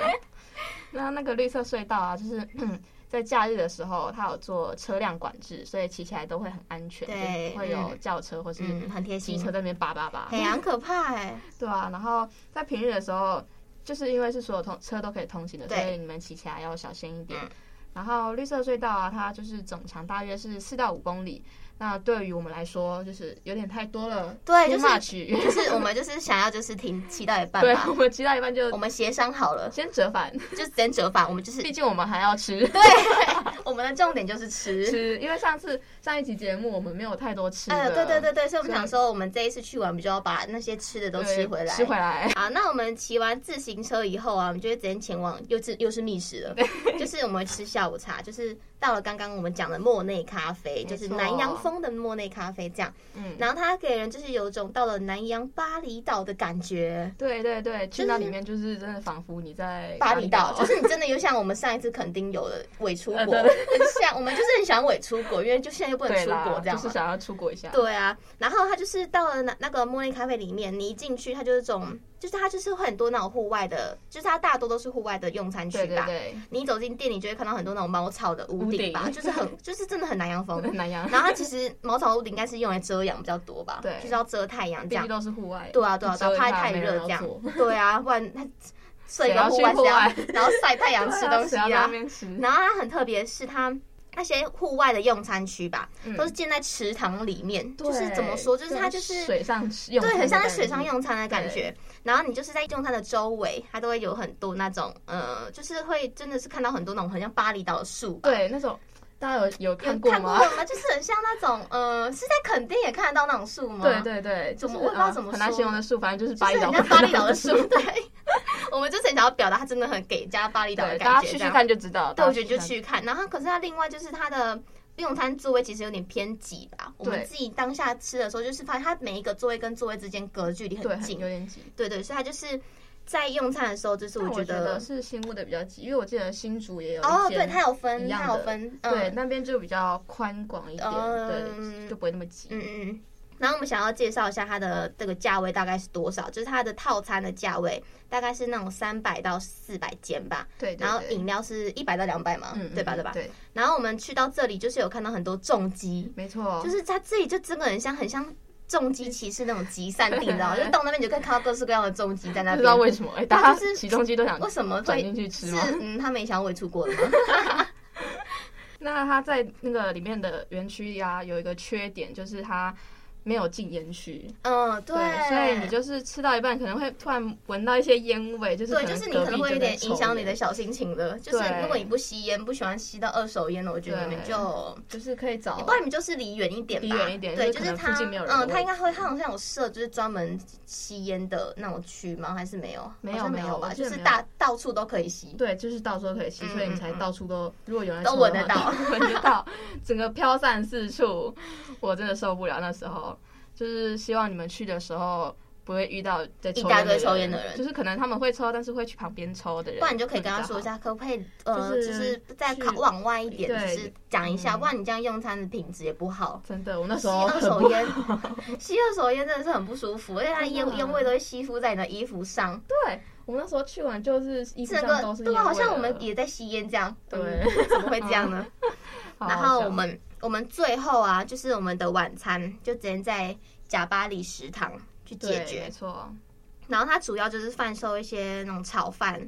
[SPEAKER 2] 那那个绿色隧道啊，就是 在假日的时候，它有做车辆管制，所以骑起来都会很安全，就
[SPEAKER 1] 对
[SPEAKER 2] 不会有
[SPEAKER 1] 嗯
[SPEAKER 2] 轿车或是
[SPEAKER 1] 嗯，很贴
[SPEAKER 2] 机
[SPEAKER 1] 心
[SPEAKER 2] 车，在那边叭叭叭。
[SPEAKER 1] 哎很可怕哎。
[SPEAKER 2] 对啊，然后在平日的时候，就是因为是所有通车都可以通行的，所
[SPEAKER 1] 对
[SPEAKER 2] 以你们骑起来要小心一点。
[SPEAKER 1] 嗯
[SPEAKER 2] 然后绿色隧道啊，它就是总长大约是四到五公里。那对于我们来说，就是有点太多了，
[SPEAKER 1] 对
[SPEAKER 2] too
[SPEAKER 1] 就是
[SPEAKER 2] much
[SPEAKER 1] 就是我们就是想要就是停骑到一半
[SPEAKER 2] 对，我
[SPEAKER 1] 嘛，
[SPEAKER 2] 们骑到一半就
[SPEAKER 1] 我们协商好了，
[SPEAKER 2] 先折返，
[SPEAKER 1] 就是直接折返，我们就是
[SPEAKER 2] 毕竟我们还要吃
[SPEAKER 1] 我们的重点就是吃。
[SPEAKER 2] 吃，因为上次上一集节目我们没有太多吃的，
[SPEAKER 1] 哎，对对对对，所以我们
[SPEAKER 2] 是
[SPEAKER 1] 想说，我们这一次去玩，我们就要把那些吃的都
[SPEAKER 2] 对
[SPEAKER 1] 吃回来。
[SPEAKER 2] 吃回 来。
[SPEAKER 1] 啊，那我们骑完自行车以后啊，我们就会直接前往又是又是觅食了，就是我们会吃下午茶，就是到了刚刚我们讲的莫内咖啡，就是
[SPEAKER 2] 错
[SPEAKER 1] 南洋风的莫内咖啡这样，
[SPEAKER 2] 嗯，
[SPEAKER 1] 然后它给人就是有种到了南洋巴厘岛的感觉。
[SPEAKER 2] 对对对，去
[SPEAKER 1] 是
[SPEAKER 2] 到里面就是真的仿佛你在
[SPEAKER 1] 巴厘岛，就
[SPEAKER 2] 巴
[SPEAKER 1] 是你真的又像我们上一次垦丁有的伪出
[SPEAKER 2] 呃
[SPEAKER 1] 国，
[SPEAKER 2] 对
[SPEAKER 1] 很像我们就是很喜欢伪出国，因为就现在又不能
[SPEAKER 2] 对
[SPEAKER 1] 出
[SPEAKER 2] 啦
[SPEAKER 1] 国，这样
[SPEAKER 2] 就是
[SPEAKER 1] 嘛。
[SPEAKER 2] 想要出国一下。
[SPEAKER 1] 对啊，然后它就是到了那那个茉莉咖啡里面，你一进去，它就是这种，就是它就是很多那种户外的，就是它大多都是户外的用餐区吧。
[SPEAKER 2] 对对对，
[SPEAKER 1] 你一走进店里就会看到很多那种茅草的屋顶 吧，
[SPEAKER 2] 屋顶
[SPEAKER 1] 就是很就是真的很南洋风。
[SPEAKER 2] 南洋，
[SPEAKER 1] 然后它其实茅草屋顶应该是用来遮阳比较多吧，
[SPEAKER 2] 对
[SPEAKER 1] 就是要遮太阳这
[SPEAKER 2] 毕
[SPEAKER 1] 样
[SPEAKER 2] 竟。都是户外。
[SPEAKER 1] 对啊，对啊，对啊，
[SPEAKER 2] 遮一下
[SPEAKER 1] 怕太热这样。对啊，不然它睡一个户
[SPEAKER 2] 谁要去户
[SPEAKER 1] 外
[SPEAKER 2] 外
[SPEAKER 1] 这样，然后晒太阳吃东西
[SPEAKER 2] 啊，谁要在那
[SPEAKER 1] 啊。
[SPEAKER 2] 边吃。
[SPEAKER 1] 然后它很特别的是它。那些户外的用餐区吧，都是建在池塘里面，就是
[SPEAKER 2] 嗯对
[SPEAKER 1] 怎么说，就是它就是
[SPEAKER 2] 水上用餐的感觉，
[SPEAKER 1] 对，很像在水上用餐的感觉。然后你就是在用餐的周围，它都会有很多那种，呃，就是会真的是看到很多那种很像巴厘岛的树吧。
[SPEAKER 2] 对那种，大家有有 看过
[SPEAKER 1] 看过
[SPEAKER 2] 吗？
[SPEAKER 1] 吗？就是很像那种，呃，是在垦丁也看得到那种树吗？
[SPEAKER 2] 对，对对，
[SPEAKER 1] 怎么
[SPEAKER 2] 就
[SPEAKER 1] 我
[SPEAKER 2] 是
[SPEAKER 1] 也不知道
[SPEAKER 2] 呃
[SPEAKER 1] 怎么
[SPEAKER 2] 很难
[SPEAKER 1] 说
[SPEAKER 2] 形容的树，反正就
[SPEAKER 1] 就
[SPEAKER 2] 是巴
[SPEAKER 1] 是
[SPEAKER 2] 厘岛
[SPEAKER 1] 很像巴厘岛的树。对， 我们就是很想要表达它真的很给人家巴厘岛的
[SPEAKER 2] 对，
[SPEAKER 1] 感
[SPEAKER 2] 大家
[SPEAKER 1] 觉。
[SPEAKER 2] 去
[SPEAKER 1] 这
[SPEAKER 2] 去
[SPEAKER 1] 样
[SPEAKER 2] 看就知道。
[SPEAKER 1] 对，
[SPEAKER 2] 大
[SPEAKER 1] 我觉
[SPEAKER 2] 家
[SPEAKER 1] 得就
[SPEAKER 2] 看。
[SPEAKER 1] 去看。然后，可是它另外就是它的用餐座位其实有点偏挤吧。我们
[SPEAKER 2] 对
[SPEAKER 1] 自己当下吃的时候，就是发现它每一个座位跟座位之间隔距离
[SPEAKER 2] 对，
[SPEAKER 1] 很
[SPEAKER 2] 很
[SPEAKER 1] 近。
[SPEAKER 2] 有点挤。
[SPEAKER 1] 对对，所以它就是在用餐的时候，就是
[SPEAKER 2] 但我
[SPEAKER 1] 觉得
[SPEAKER 2] 是新屋的比较挤，因为我记得新竹也有一
[SPEAKER 1] 哦，对，
[SPEAKER 2] 间
[SPEAKER 1] 它有分，
[SPEAKER 2] 一样
[SPEAKER 1] 它
[SPEAKER 2] 的
[SPEAKER 1] 有分，嗯
[SPEAKER 2] 对，那边就比较宽广一点，
[SPEAKER 1] 嗯
[SPEAKER 2] 对，就不会那么挤。
[SPEAKER 1] 嗯嗯嗯。然后我们想要介绍一下它的这个价位大概是多少，就是它的套餐的价位大概是那种三百到四百间吧。
[SPEAKER 2] 对，对
[SPEAKER 1] 然后
[SPEAKER 2] 对
[SPEAKER 1] 饮料是一百到两百嘛，
[SPEAKER 2] 嗯嗯
[SPEAKER 1] 对吧？
[SPEAKER 2] 嗯
[SPEAKER 1] 对吧？
[SPEAKER 2] 对，
[SPEAKER 1] 然后我们去到这里，就是有看到很多重机，
[SPEAKER 2] 没错，
[SPEAKER 1] 就是它这里就真的很像很像重机骑士那种集散地，你知道 吗？就到那边你就可以看到各式各样的重机在那边。
[SPEAKER 2] 不知道为什么，哎，大
[SPEAKER 1] 它
[SPEAKER 2] 家
[SPEAKER 1] 就是
[SPEAKER 2] 起重机都想
[SPEAKER 1] 为什么
[SPEAKER 2] 转
[SPEAKER 1] 会
[SPEAKER 2] 进去吃
[SPEAKER 1] 是
[SPEAKER 2] 吗？
[SPEAKER 1] 嗯，他们也想要伪出 国的吗？
[SPEAKER 2] 那它在那个里面的园区呀，有一个缺点就是它没有禁烟区。
[SPEAKER 1] 嗯，对，
[SPEAKER 2] 所以你就是吃到一半，可能会突然闻到一些烟味，就是
[SPEAKER 1] 对，就是你
[SPEAKER 2] 隔
[SPEAKER 1] 可
[SPEAKER 2] 壁
[SPEAKER 1] 能会有
[SPEAKER 2] 正在
[SPEAKER 1] 点
[SPEAKER 2] 抽
[SPEAKER 1] 影响你
[SPEAKER 2] 烟
[SPEAKER 1] 的，小心情的。就是
[SPEAKER 2] 对
[SPEAKER 1] 如果你不吸烟，不喜欢吸到二手烟的，我觉得你
[SPEAKER 2] 对
[SPEAKER 1] 就，
[SPEAKER 2] 就是可以找
[SPEAKER 1] 不然你们就是离远一点吧，
[SPEAKER 2] 离远一点
[SPEAKER 1] 对，就
[SPEAKER 2] 就是可
[SPEAKER 1] 是
[SPEAKER 2] 能
[SPEAKER 1] 他，
[SPEAKER 2] 附近没有人
[SPEAKER 1] 嗯，
[SPEAKER 2] 的位置
[SPEAKER 1] 他应该会，他好像有设就是专门吸烟的那种区吗？还是没有？
[SPEAKER 2] 没有
[SPEAKER 1] 好像没
[SPEAKER 2] 没有
[SPEAKER 1] 吧，
[SPEAKER 2] 我记
[SPEAKER 1] 就
[SPEAKER 2] 得
[SPEAKER 1] 是
[SPEAKER 2] 没有
[SPEAKER 1] 大到处都可以吸。
[SPEAKER 2] 对，就是到处都可以吸，所以你才到处
[SPEAKER 1] 嗯
[SPEAKER 2] 都，如果有人
[SPEAKER 1] 都
[SPEAKER 2] 抽
[SPEAKER 1] 闻
[SPEAKER 2] 的
[SPEAKER 1] 得
[SPEAKER 2] 话 闻得到，整个飘散四处，我真的受不了。那时候就是希望你们去的时候不会遇到在抽
[SPEAKER 1] 一大
[SPEAKER 2] 烟的
[SPEAKER 1] 堆抽烟的人
[SPEAKER 2] 就是可能他们会抽，但是会去旁边抽的人，
[SPEAKER 1] 不然你就可以跟他说一下，可不可以呃，
[SPEAKER 2] 就是
[SPEAKER 1] 就是再
[SPEAKER 2] 去
[SPEAKER 1] 靠往外一点，就
[SPEAKER 2] 对
[SPEAKER 1] 是讲一下，不然你这样用餐的品质也不好。
[SPEAKER 2] 真的，我那时
[SPEAKER 1] 吸
[SPEAKER 2] 候
[SPEAKER 1] 二
[SPEAKER 2] 很
[SPEAKER 1] 手
[SPEAKER 2] 不
[SPEAKER 1] 烟，吸二手烟真的是很不舒服，因为它的烟
[SPEAKER 2] 真的啊
[SPEAKER 1] 烟味都会吸附在你的衣服上。
[SPEAKER 2] 对，我们那时候去完就是衣服
[SPEAKER 1] 这
[SPEAKER 2] 上
[SPEAKER 1] 个
[SPEAKER 2] 都是
[SPEAKER 1] 对，啊
[SPEAKER 2] 烟
[SPEAKER 1] 好
[SPEAKER 2] 味
[SPEAKER 1] 像我
[SPEAKER 2] 了
[SPEAKER 1] 们也在吸烟这样，
[SPEAKER 2] 对
[SPEAKER 1] 嗯怎么会这样呢？
[SPEAKER 2] 好
[SPEAKER 1] 然
[SPEAKER 2] 好
[SPEAKER 1] 后
[SPEAKER 2] 笑
[SPEAKER 1] 我们我们最后啊，就是我们的晚餐就直接在贾巴里食堂去
[SPEAKER 2] 对
[SPEAKER 1] 解决
[SPEAKER 2] 没，错，
[SPEAKER 1] 然后它主要就是贩售一些那种炒饭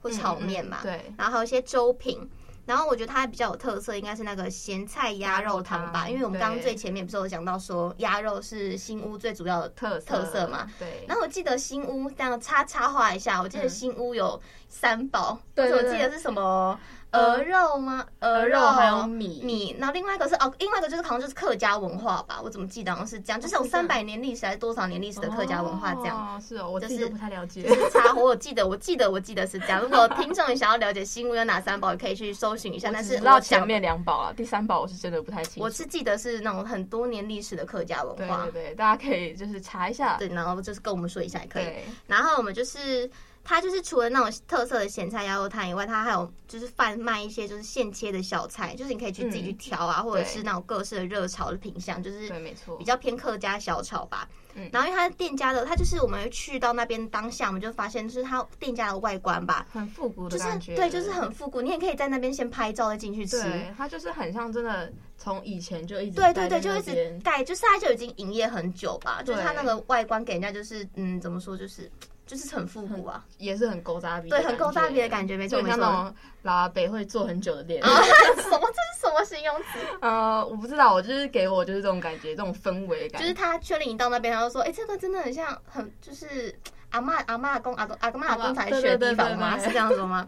[SPEAKER 1] 或炒面嘛，
[SPEAKER 2] 嗯嗯对，
[SPEAKER 1] 然后还有一些粥品。然后我觉得它比较有特色，应该是那个咸菜鸭肉汤吧，
[SPEAKER 2] 汤
[SPEAKER 1] 因为我们刚刚
[SPEAKER 2] 对
[SPEAKER 1] 最前面不是有讲到说鸭肉是新屋最主要的
[SPEAKER 2] 特
[SPEAKER 1] 特色嘛，
[SPEAKER 2] 对，
[SPEAKER 1] 然后我记得新屋这样插插画一下，我记得新屋有三宝，
[SPEAKER 2] 嗯对
[SPEAKER 1] 或者我
[SPEAKER 2] 对
[SPEAKER 1] 记
[SPEAKER 2] 对呃
[SPEAKER 1] 得是什么鹅肉吗？鹅
[SPEAKER 2] 鹅肉还有米
[SPEAKER 1] 米，然后另外一个是哦，另外一个就是好像就是客家文化吧，我怎么记得好像是这样，就是有
[SPEAKER 2] 哦是这
[SPEAKER 1] 三
[SPEAKER 2] 样
[SPEAKER 1] 百年历史还是多少年历史的客家文化这样。
[SPEAKER 2] 哦，是哦，我自己
[SPEAKER 1] 就
[SPEAKER 2] 都
[SPEAKER 1] 是
[SPEAKER 2] 不太了解，
[SPEAKER 1] 茶壶，我记得，我记得，我记得是这样。如果听众也想要了解新屋有哪三宝，也可以去搜寻一下。但
[SPEAKER 2] 只
[SPEAKER 1] 是
[SPEAKER 2] 知道
[SPEAKER 1] 我讲
[SPEAKER 2] 前，面两宝啊，第三宝我是真的不太清
[SPEAKER 1] 我
[SPEAKER 2] 楚。
[SPEAKER 1] 是记得是那种很多年历史的客家文
[SPEAKER 2] 对
[SPEAKER 1] 化
[SPEAKER 2] 对，对，大家可以就是查一下。
[SPEAKER 1] 对，然后就是跟我们说一下也可以。
[SPEAKER 2] 对，
[SPEAKER 1] 然后我们就是，它就是除了那种特色的咸菜鸭肉汤以外，它还有就是贩卖一些就是现切的小菜，就是你可以去自己去挑啊，或者是那种各式的热炒的品相，就是
[SPEAKER 2] 嗯对，没错
[SPEAKER 1] 比。较偏客家小炒吧。
[SPEAKER 2] 嗯
[SPEAKER 1] 然后因为它的店家的，它就是我们去到那边当下，我们就发现就是它店家的外观吧，
[SPEAKER 2] 很复古的
[SPEAKER 1] 就是
[SPEAKER 2] 感觉，
[SPEAKER 1] 对，就是很复古，你也可以在那边先拍照再进去吃。
[SPEAKER 2] 对，它就是很像真的从以前就一直
[SPEAKER 1] 对对
[SPEAKER 2] 待
[SPEAKER 1] 对，
[SPEAKER 2] 在
[SPEAKER 1] 就
[SPEAKER 2] 那
[SPEAKER 1] 一直
[SPEAKER 2] 边
[SPEAKER 1] 盖，就是它就已经营业很久吧，就是它那
[SPEAKER 2] 对
[SPEAKER 1] 个外观给人家就是，嗯，怎么说，就是就是很复古啊，
[SPEAKER 2] 也是很勾扎比，
[SPEAKER 1] 对，很勾扎比的感觉，没错
[SPEAKER 2] 就
[SPEAKER 1] 没
[SPEAKER 2] 像
[SPEAKER 1] 错。哦
[SPEAKER 2] 那
[SPEAKER 1] 啊，
[SPEAKER 2] 种拉拉北会坐很久的恋爱。
[SPEAKER 1] 什么这是什么形容词？
[SPEAKER 2] 呃，我不知道，我就是给我就是这种感觉，这种氛围感，
[SPEAKER 1] 就是他确定你到那边，他就说：“哎、这个真的很像，很就是阿嬷阿嬷阿公阿公阿公阿公才学的地方吗？
[SPEAKER 2] 对对对对对
[SPEAKER 1] 是这样子吗？”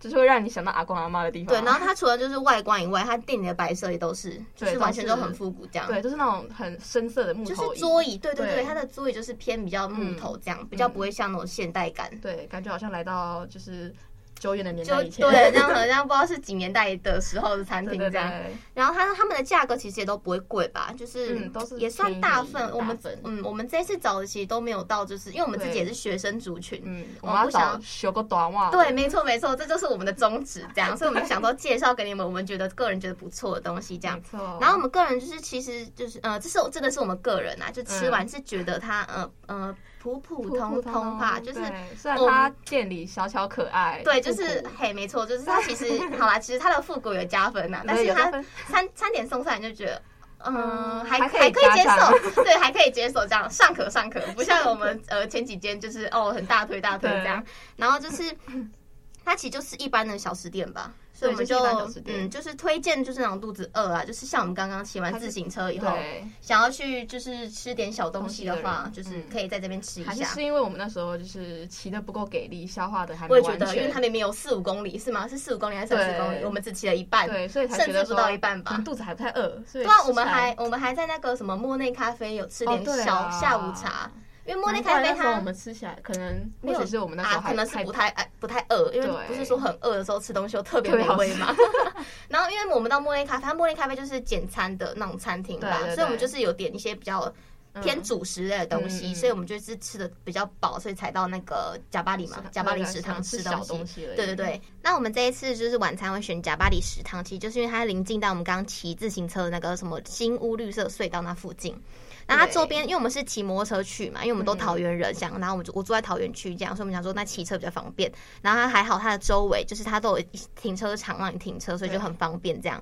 [SPEAKER 2] 就是会让你想到阿公阿妈的地方。
[SPEAKER 1] 对，然后它除了就是外观以外，它店里的摆设也都是，就
[SPEAKER 2] 对
[SPEAKER 1] 是
[SPEAKER 2] 都
[SPEAKER 1] 完全
[SPEAKER 2] 是
[SPEAKER 1] 都很复古这样。
[SPEAKER 2] 对，就是那种很深色的木
[SPEAKER 1] 就
[SPEAKER 2] 头
[SPEAKER 1] 是
[SPEAKER 2] 椅，
[SPEAKER 1] 桌椅，对对对，
[SPEAKER 2] 对嗯
[SPEAKER 1] 它的桌椅就是偏比较木头这样，比较不会像那种现代感。
[SPEAKER 2] 对，感觉好像来到就是久远的年
[SPEAKER 1] 就
[SPEAKER 2] 代以前。
[SPEAKER 1] 对，这 样好像不知道是几年代的时候的餐
[SPEAKER 2] 对
[SPEAKER 1] 厅
[SPEAKER 2] 对
[SPEAKER 1] 这样。
[SPEAKER 2] 对，
[SPEAKER 1] 然后它他们的价格其实也都不会贵吧，就是、
[SPEAKER 2] 嗯都是
[SPEAKER 1] 也
[SPEAKER 2] 便
[SPEAKER 1] 算
[SPEAKER 2] 宜
[SPEAKER 1] 大份。我们
[SPEAKER 2] 大份
[SPEAKER 1] 嗯，我们这次找的其实都没有到，就是因为我们自己
[SPEAKER 2] 对
[SPEAKER 1] 也是学生族群，
[SPEAKER 2] 嗯，我
[SPEAKER 1] 我
[SPEAKER 2] 们
[SPEAKER 1] 们
[SPEAKER 2] 要
[SPEAKER 1] 不想
[SPEAKER 2] 找修个短袜。
[SPEAKER 1] 对，，没错没错，这就是我们的宗旨，这样，所以我们就想说介绍给你们，我们觉得个人觉得不错的东西，这样
[SPEAKER 2] 没。错。
[SPEAKER 1] 然后我们个人就是，其实就是，呃，这是我真的是我们个人啊，就吃完是觉得它，呃呃，普普
[SPEAKER 2] 嗯普
[SPEAKER 1] 通
[SPEAKER 2] 普
[SPEAKER 1] 通吧，就是
[SPEAKER 2] 对虽然
[SPEAKER 1] 我们
[SPEAKER 2] 它店里小巧可爱，
[SPEAKER 1] 对，就是
[SPEAKER 2] 复古
[SPEAKER 1] 嘿，没错， 就是它其实好啦，其实它的复古有加分啊呐，但
[SPEAKER 2] 对
[SPEAKER 1] 是
[SPEAKER 2] 有加
[SPEAKER 1] 它
[SPEAKER 2] 分
[SPEAKER 1] 餐餐点送上来就觉得。嗯，
[SPEAKER 2] 嗯
[SPEAKER 1] 还
[SPEAKER 2] 还可以
[SPEAKER 1] 还可以接
[SPEAKER 2] 加
[SPEAKER 1] 受， 对，还可以接受这样尚可尚可，不像我们呃前几间就是哦很大推大推这样，然后就是它其实就是一般的小吃店吧，所以我们
[SPEAKER 2] 就是一般小吃店
[SPEAKER 1] 嗯就是推荐就是那种肚子饿啊，就是像我们刚刚骑完
[SPEAKER 2] 还是
[SPEAKER 1] 自行车以后，
[SPEAKER 2] 对，
[SPEAKER 1] 想要去就是吃点小东西的话，
[SPEAKER 2] 东西
[SPEAKER 1] 就
[SPEAKER 2] 的人
[SPEAKER 1] 是啊
[SPEAKER 2] 嗯
[SPEAKER 1] 可以在这边吃一
[SPEAKER 2] 还是
[SPEAKER 1] 下。
[SPEAKER 2] 是因为我们那时候就是骑的不够给力，消化的还没
[SPEAKER 1] 我也觉
[SPEAKER 2] 完
[SPEAKER 1] 得，因为
[SPEAKER 2] 全
[SPEAKER 1] 它明明有四五公里是吗？是四五公里还是三四公里？
[SPEAKER 2] 对
[SPEAKER 1] 我们只骑了一半，
[SPEAKER 2] 对，所以才
[SPEAKER 1] 甚
[SPEAKER 2] 觉
[SPEAKER 1] 至
[SPEAKER 2] 得
[SPEAKER 1] 不
[SPEAKER 2] 说
[SPEAKER 1] 到一半
[SPEAKER 2] 可
[SPEAKER 1] 吧
[SPEAKER 2] 能。肚子还不太饿，所以
[SPEAKER 1] 对啊，我
[SPEAKER 2] 吃
[SPEAKER 1] 们
[SPEAKER 2] 起来
[SPEAKER 1] 还我们还在那个什么莫内咖啡有吃
[SPEAKER 2] 哦
[SPEAKER 1] 点
[SPEAKER 2] 对
[SPEAKER 1] 小
[SPEAKER 2] 啦
[SPEAKER 1] 下午茶，因为莫内
[SPEAKER 2] 难
[SPEAKER 1] 咖
[SPEAKER 2] 怪
[SPEAKER 1] 啡
[SPEAKER 2] 那时候我
[SPEAKER 1] 它
[SPEAKER 2] 们吃起来可能，
[SPEAKER 1] 没
[SPEAKER 2] 或
[SPEAKER 1] 有
[SPEAKER 2] 者是我们那时
[SPEAKER 1] 啊
[SPEAKER 2] 候，还
[SPEAKER 1] 可能是不太哎不太饿，因为
[SPEAKER 2] 对
[SPEAKER 1] 不是说很饿的时候吃东西又特别
[SPEAKER 2] 特别
[SPEAKER 1] 美
[SPEAKER 2] 好
[SPEAKER 1] 味 嘛。然后因为我们到莫内咖啡，它莫内咖啡就是简餐的那种餐厅吧
[SPEAKER 2] 对，对
[SPEAKER 1] 所以我们
[SPEAKER 2] 对
[SPEAKER 1] 就是有点一些比较偏主食类的东西，
[SPEAKER 2] 嗯嗯
[SPEAKER 1] 所以我们就是吃的比较饱，所以才到那个贾巴里嘛，贾巴里食堂
[SPEAKER 2] 吃
[SPEAKER 1] 吃
[SPEAKER 2] 小
[SPEAKER 1] 东西
[SPEAKER 2] 东。西而已嗯
[SPEAKER 1] 对对，对，那我们这一次就是晚餐会选贾巴里食堂，其实就是因为它临近到我们刚刚骑自行车的那个什么新屋绿色隧道那附近。然后它周边，因为我们是骑摩托车去嘛，因为我们都桃园人，这样，然后我们就我住在桃园区这样，所以我们想说那骑车比较方便。然后它还好，它的周围就是它都有停车场让你停车，所以就很方便这样。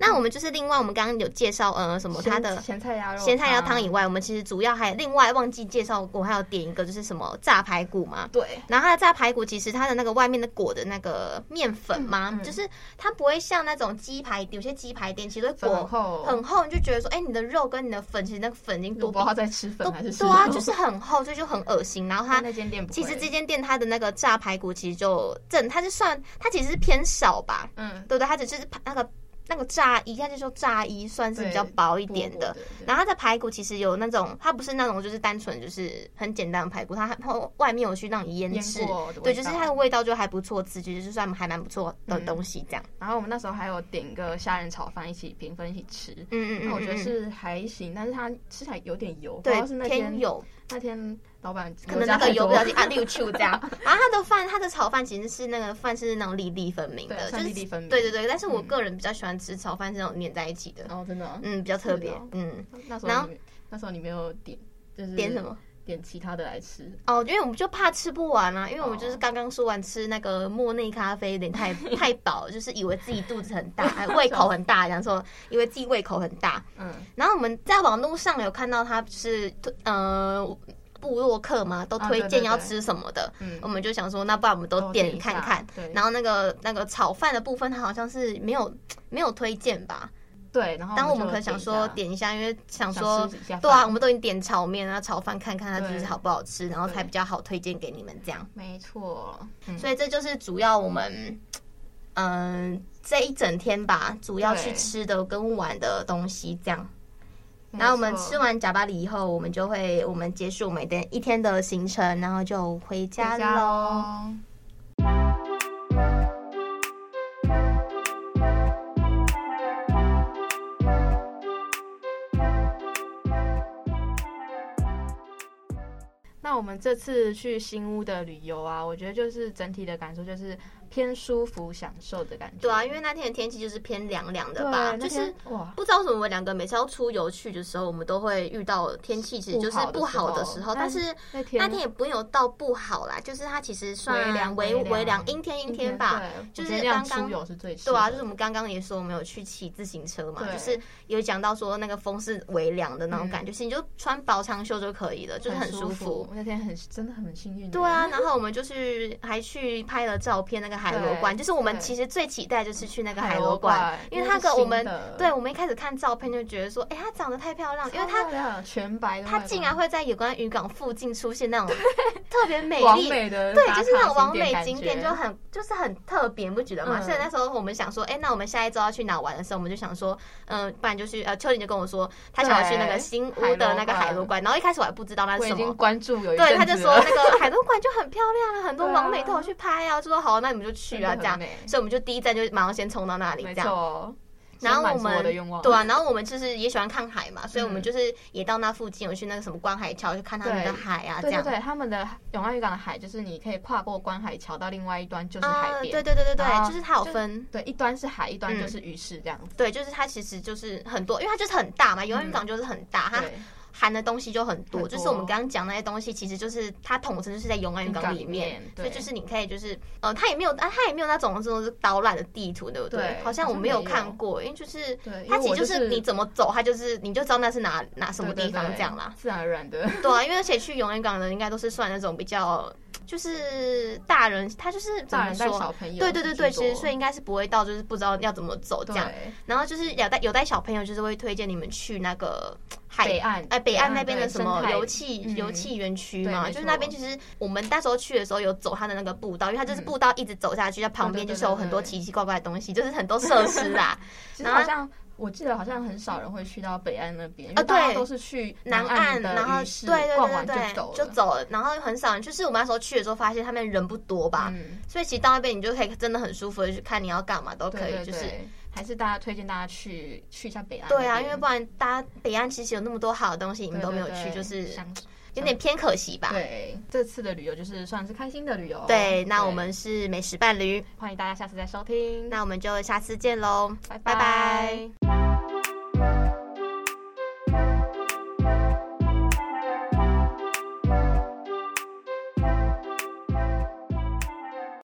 [SPEAKER 1] 那我们就是另外我们刚刚有介绍，呃，什么它
[SPEAKER 2] 咸
[SPEAKER 1] 的
[SPEAKER 2] 咸菜鸭肉啊
[SPEAKER 1] 咸菜鸭汤以
[SPEAKER 2] 外，
[SPEAKER 1] 外，我们其实主要还另外忘记介绍过，还有点一个就是什么炸排骨嘛。
[SPEAKER 2] 对，
[SPEAKER 1] 然后它的炸排骨其实它的那个外面的裹的那个面粉嘛，
[SPEAKER 2] 嗯
[SPEAKER 1] 就是它不会像那种鸡排，有些鸡排店其实会
[SPEAKER 2] 粉
[SPEAKER 1] 裹
[SPEAKER 2] 厚
[SPEAKER 1] 很厚，你就觉得说，哎、你的肉跟你的粉，其实那个粉已经
[SPEAKER 2] 我
[SPEAKER 1] 多
[SPEAKER 2] 不知道在吃粉还是吃
[SPEAKER 1] 对啊，
[SPEAKER 2] 肉
[SPEAKER 1] 就是很厚，所以就很恶心。然后它
[SPEAKER 2] 但那间店不
[SPEAKER 1] 其实
[SPEAKER 2] 会
[SPEAKER 1] 这间店它的那个炸排骨其实就正，它是算它其实是偏少吧，
[SPEAKER 2] 嗯
[SPEAKER 1] 对不对？它只是那个那个炸衣，它就说炸衣算是比较
[SPEAKER 2] 对
[SPEAKER 1] 薄一
[SPEAKER 2] 薄
[SPEAKER 1] 点
[SPEAKER 2] 薄
[SPEAKER 1] 的
[SPEAKER 2] 的，对
[SPEAKER 1] 然后它的排骨其实有那种，它不是那种就是单纯就是很简单的排骨，它还它外面有去让你腌
[SPEAKER 2] 腌
[SPEAKER 1] 制，
[SPEAKER 2] 过的
[SPEAKER 1] 对，
[SPEAKER 2] 味
[SPEAKER 1] 就是
[SPEAKER 2] 道
[SPEAKER 1] 它的味道就还不错，吃就是算还蛮不错的
[SPEAKER 2] 嗯
[SPEAKER 1] 东西这样。
[SPEAKER 2] 然后我们那时候还有点一个虾仁炒饭一起平分一起吃。
[SPEAKER 1] 嗯嗯嗯，
[SPEAKER 2] 那我觉得
[SPEAKER 1] 嗯。
[SPEAKER 2] 是还行，但是它吃起来有点油，不知
[SPEAKER 1] 对
[SPEAKER 2] 道是，那
[SPEAKER 1] 偏
[SPEAKER 2] 天
[SPEAKER 1] 油，
[SPEAKER 2] 那天老板可
[SPEAKER 1] 可能那个油
[SPEAKER 2] 油
[SPEAKER 1] 不
[SPEAKER 2] 加
[SPEAKER 1] 小心
[SPEAKER 2] 太多
[SPEAKER 1] 啊溜出这样。然后它的饭，它的炒饭其实是那个饭是那种粒粒分明
[SPEAKER 2] 对
[SPEAKER 1] 的，就
[SPEAKER 2] 算
[SPEAKER 1] 是
[SPEAKER 2] 粒粒分明嗯
[SPEAKER 1] 对对对。但是我个人比较喜欢吃炒饭是那种粘在一起的，
[SPEAKER 2] 哦，真的啊，
[SPEAKER 1] 嗯，比较特别
[SPEAKER 2] 是哦，
[SPEAKER 1] 嗯。
[SPEAKER 2] 那时
[SPEAKER 1] 然
[SPEAKER 2] 候
[SPEAKER 1] 后
[SPEAKER 2] 你那时候你没有点，就是
[SPEAKER 1] 点什么？
[SPEAKER 2] 点其他的来吃，
[SPEAKER 1] 哦，因为我们就怕吃不完啊，因为我们
[SPEAKER 2] 哦
[SPEAKER 1] 就是刚刚说完吃那个莫内咖啡，有点 太太饱，就是以为自己肚子很大，哎胃口很大，然后说以为自己胃口很大。
[SPEAKER 2] 嗯，
[SPEAKER 1] 然后我们在网络上有看到他就是呃部落客嘛，都推
[SPEAKER 2] 对
[SPEAKER 1] 荐
[SPEAKER 2] 对
[SPEAKER 1] 要
[SPEAKER 2] 对
[SPEAKER 1] 吃什么的，
[SPEAKER 2] 嗯
[SPEAKER 1] 我们就想说，那不然我们都
[SPEAKER 2] 都
[SPEAKER 1] 点
[SPEAKER 2] 点一
[SPEAKER 1] 看
[SPEAKER 2] 下
[SPEAKER 1] 看。
[SPEAKER 2] 对
[SPEAKER 1] 然后那个那个炒饭的部分，它好像是没有没有推荐吧？
[SPEAKER 2] 对，然后
[SPEAKER 1] 当我们
[SPEAKER 2] 就
[SPEAKER 1] 可能想
[SPEAKER 2] 一
[SPEAKER 1] 说
[SPEAKER 2] 下
[SPEAKER 1] 点一下，因为想
[SPEAKER 2] 想
[SPEAKER 1] 说
[SPEAKER 2] 吃一下
[SPEAKER 1] 对啊，
[SPEAKER 2] 饭
[SPEAKER 1] 我们都已经点炒面啊、炒饭，看看它就是
[SPEAKER 2] 对
[SPEAKER 1] 好不好吃，然后才
[SPEAKER 2] 对
[SPEAKER 1] 比较好推荐给你们这样。
[SPEAKER 2] 没错，嗯
[SPEAKER 1] 所以这就是主要我们，嗯，这一整天吧，主要去
[SPEAKER 2] 对
[SPEAKER 1] 吃的跟玩的东西这样。
[SPEAKER 2] 没
[SPEAKER 1] 然后我们
[SPEAKER 2] 错
[SPEAKER 1] 吃完贾巴里以后，我们就会我们结束我们的一天的行程，然后就回家
[SPEAKER 2] 回家
[SPEAKER 1] 喽。
[SPEAKER 2] 喽。那我们这次去新屋的旅游啊，我觉得就是整体的感受就是偏舒服享受的感觉。
[SPEAKER 1] 对啊，因为那天的天气就是偏凉凉的
[SPEAKER 2] 对
[SPEAKER 1] 吧，
[SPEAKER 2] 那
[SPEAKER 1] 就是
[SPEAKER 2] 天哇，
[SPEAKER 1] 不知道为什么，我们两个每次要出游去的时候，我们都会遇到天气其实就是不好的时候，但是
[SPEAKER 2] 那天啊
[SPEAKER 1] 那天也不用到不好啦，就是它其实算
[SPEAKER 2] 微凉
[SPEAKER 1] 微
[SPEAKER 2] 微凉
[SPEAKER 1] 微凉，阴天阴天吧。，就
[SPEAKER 2] 对
[SPEAKER 1] 是
[SPEAKER 2] 我觉得这样
[SPEAKER 1] 刚刚
[SPEAKER 2] 出游是最适
[SPEAKER 1] 对啊，
[SPEAKER 2] 合
[SPEAKER 1] 就是我们刚刚也说我们有去骑自行车嘛，
[SPEAKER 2] 对嗯
[SPEAKER 1] 就是有讲到说那个风是微凉的那种感觉，其实你就穿薄长袖就可以了，就是很舒
[SPEAKER 2] 舒
[SPEAKER 1] 服。。
[SPEAKER 2] 那天很真的很幸运。
[SPEAKER 1] 对啊，，然后我们就是还去拍了照片，那个海螺馆，
[SPEAKER 2] 对
[SPEAKER 1] 就是我们
[SPEAKER 2] 对
[SPEAKER 1] 其实最期待就是去那个海
[SPEAKER 2] 海
[SPEAKER 1] 螺
[SPEAKER 2] 螺
[SPEAKER 1] 馆
[SPEAKER 2] 馆，
[SPEAKER 1] 因为
[SPEAKER 2] 因为
[SPEAKER 1] 它
[SPEAKER 2] 是
[SPEAKER 1] 跟我
[SPEAKER 2] 新
[SPEAKER 1] 们
[SPEAKER 2] 的
[SPEAKER 1] 对我们一开始看照片就觉得说，哎、它长得太漂亮，因为它
[SPEAKER 2] 超漂亮全白的外
[SPEAKER 1] 它
[SPEAKER 2] 观，
[SPEAKER 1] 竟然会在有关渔港附近出现那种特别美
[SPEAKER 2] 完
[SPEAKER 1] 丽。
[SPEAKER 2] 美的
[SPEAKER 1] 对，
[SPEAKER 2] 打
[SPEAKER 1] 就是那种
[SPEAKER 2] 卡
[SPEAKER 1] 完美景点
[SPEAKER 2] 感
[SPEAKER 1] 就
[SPEAKER 2] 觉
[SPEAKER 1] 很就是很特别，你不觉得吗？
[SPEAKER 2] 嗯
[SPEAKER 1] 所以那时候我们想说，哎、那我们下一周要去哪玩的时候，我们就想说，嗯、不然就去呃，秋玲就跟我说，她想要去那个
[SPEAKER 2] 对
[SPEAKER 1] 新屋的那个海
[SPEAKER 2] 海
[SPEAKER 1] 螺
[SPEAKER 2] 螺
[SPEAKER 1] 馆，然后一开始我还不知道那
[SPEAKER 2] 我
[SPEAKER 1] 是
[SPEAKER 2] 已
[SPEAKER 1] 什么
[SPEAKER 2] 经，关注有一
[SPEAKER 1] 对，
[SPEAKER 2] 阵
[SPEAKER 1] 他就
[SPEAKER 2] 子
[SPEAKER 1] 说
[SPEAKER 2] 了
[SPEAKER 1] 那 个海东馆就很漂亮啊，很多
[SPEAKER 2] 对啊
[SPEAKER 1] 网美都有去拍啊，就说好，那你们就去啊，
[SPEAKER 2] 真的很
[SPEAKER 1] 这样
[SPEAKER 2] 美。
[SPEAKER 1] 所以我们就第一站就马上先冲到那里，
[SPEAKER 2] 没
[SPEAKER 1] 这样。
[SPEAKER 2] 错，
[SPEAKER 1] 然后
[SPEAKER 2] 先满
[SPEAKER 1] 我
[SPEAKER 2] 足我的愿
[SPEAKER 1] 们
[SPEAKER 2] 望
[SPEAKER 1] 对啊，然后我们就是也喜欢看海嘛，所以我们
[SPEAKER 2] 嗯
[SPEAKER 1] 就是也到那附近有去那个什么观海桥去看他们的
[SPEAKER 2] 对
[SPEAKER 1] 海啊，这
[SPEAKER 2] 对对
[SPEAKER 1] 样。
[SPEAKER 2] 对，他们的永安渔港的海就是你可以跨过观海桥到另外一端就是
[SPEAKER 1] 啊，
[SPEAKER 2] 海
[SPEAKER 1] 对
[SPEAKER 2] 边，
[SPEAKER 1] 对对对
[SPEAKER 2] 然
[SPEAKER 1] 对，
[SPEAKER 2] 后
[SPEAKER 1] 就是它有分。
[SPEAKER 2] 对，一端是海，一端
[SPEAKER 1] 嗯
[SPEAKER 2] 就是鱼市这样子。
[SPEAKER 1] 对，就是它其实就是很多，因为它就是很大嘛，游泳港就是很大，它
[SPEAKER 2] 嗯对，
[SPEAKER 1] 含的东西就很多。
[SPEAKER 2] 很多
[SPEAKER 1] 就是我们刚刚讲那些东西，其实就是它统称就是在永安渔港里面
[SPEAKER 2] 渔港里面，
[SPEAKER 1] 所以
[SPEAKER 2] 对
[SPEAKER 1] 就是你可以就是呃，它也没有啊，它也没有那种这种导览的地图，对不对
[SPEAKER 2] 对？
[SPEAKER 1] 好像我没
[SPEAKER 2] 好
[SPEAKER 1] 有
[SPEAKER 2] 像没有
[SPEAKER 1] 看过，因为就是
[SPEAKER 2] 对因为
[SPEAKER 1] 它其实
[SPEAKER 2] 我
[SPEAKER 1] 就
[SPEAKER 2] 就是是
[SPEAKER 1] 你怎么走，它就是你就知道那是哪哪什么
[SPEAKER 2] 对
[SPEAKER 1] 地
[SPEAKER 2] 对
[SPEAKER 1] 方
[SPEAKER 2] 对
[SPEAKER 1] 这样啦。
[SPEAKER 2] 自然而然 的。
[SPEAKER 1] 对啊，因为而且去永安港的应该都是算那种比较就是大人，他就是怎
[SPEAKER 2] 大
[SPEAKER 1] 么
[SPEAKER 2] 人带
[SPEAKER 1] 说
[SPEAKER 2] 小
[SPEAKER 1] 啊？
[SPEAKER 2] 朋友，
[SPEAKER 1] 对对对对，其实所以应该是不会到就是不知道要怎么走这
[SPEAKER 2] 对
[SPEAKER 1] 样。然后就是有带有带小朋友，就是会推荐你们去那个海
[SPEAKER 2] 北岸
[SPEAKER 1] 哎北岸那边的
[SPEAKER 2] 北岸
[SPEAKER 1] 什么
[SPEAKER 2] 生态
[SPEAKER 1] 油气、
[SPEAKER 2] 嗯
[SPEAKER 1] 油气园区
[SPEAKER 2] 对
[SPEAKER 1] 嘛，
[SPEAKER 2] 没
[SPEAKER 1] 就是那边
[SPEAKER 2] 错嗯
[SPEAKER 1] 其实我们那时候去的时候有走它的那个步道，因为它就是步道一直走下去，它旁边就
[SPEAKER 2] 对对
[SPEAKER 1] 是有
[SPEAKER 2] 对对
[SPEAKER 1] 很多
[SPEAKER 2] 对
[SPEAKER 1] 奇奇怪怪的东西，就是很多设施啊啦。
[SPEAKER 2] 其实
[SPEAKER 1] 然后
[SPEAKER 2] 好像我记得好像很少人会去到北岸那边，因
[SPEAKER 1] 啊
[SPEAKER 2] 为大
[SPEAKER 1] 对
[SPEAKER 2] 家都是去
[SPEAKER 1] 南
[SPEAKER 2] 岸
[SPEAKER 1] 岸，
[SPEAKER 2] 的
[SPEAKER 1] 然后
[SPEAKER 2] 鱼市
[SPEAKER 1] 对对
[SPEAKER 2] 逛
[SPEAKER 1] 对
[SPEAKER 2] 完
[SPEAKER 1] 对
[SPEAKER 2] 走
[SPEAKER 1] 对，
[SPEAKER 2] 就
[SPEAKER 1] 就。走了，然后很少人，就是我们那时候去的时候发现他们人不多吧，
[SPEAKER 2] 嗯，
[SPEAKER 1] 所以其实到那边你就可以真的很舒服的去看你要干嘛都可
[SPEAKER 2] 对
[SPEAKER 1] 以，
[SPEAKER 2] 对
[SPEAKER 1] 就是
[SPEAKER 2] 对，还是大家推荐大家去去一下北岸那边。
[SPEAKER 1] 对啊，因为不然大家北岸其实有那么多好的东西，你们
[SPEAKER 2] 对
[SPEAKER 1] 都没
[SPEAKER 2] 对
[SPEAKER 1] 有去，
[SPEAKER 2] 对
[SPEAKER 1] 就是
[SPEAKER 2] 想
[SPEAKER 1] 有点偏可惜吧。
[SPEAKER 2] 哎对这次的旅游就是算是开心的旅游。哦
[SPEAKER 1] 对，那我们是美食伴侣，
[SPEAKER 2] 欢迎大家下次再收听。
[SPEAKER 1] 那我们就下次见喽，
[SPEAKER 2] 拜
[SPEAKER 1] 拜
[SPEAKER 2] 拜
[SPEAKER 1] 拜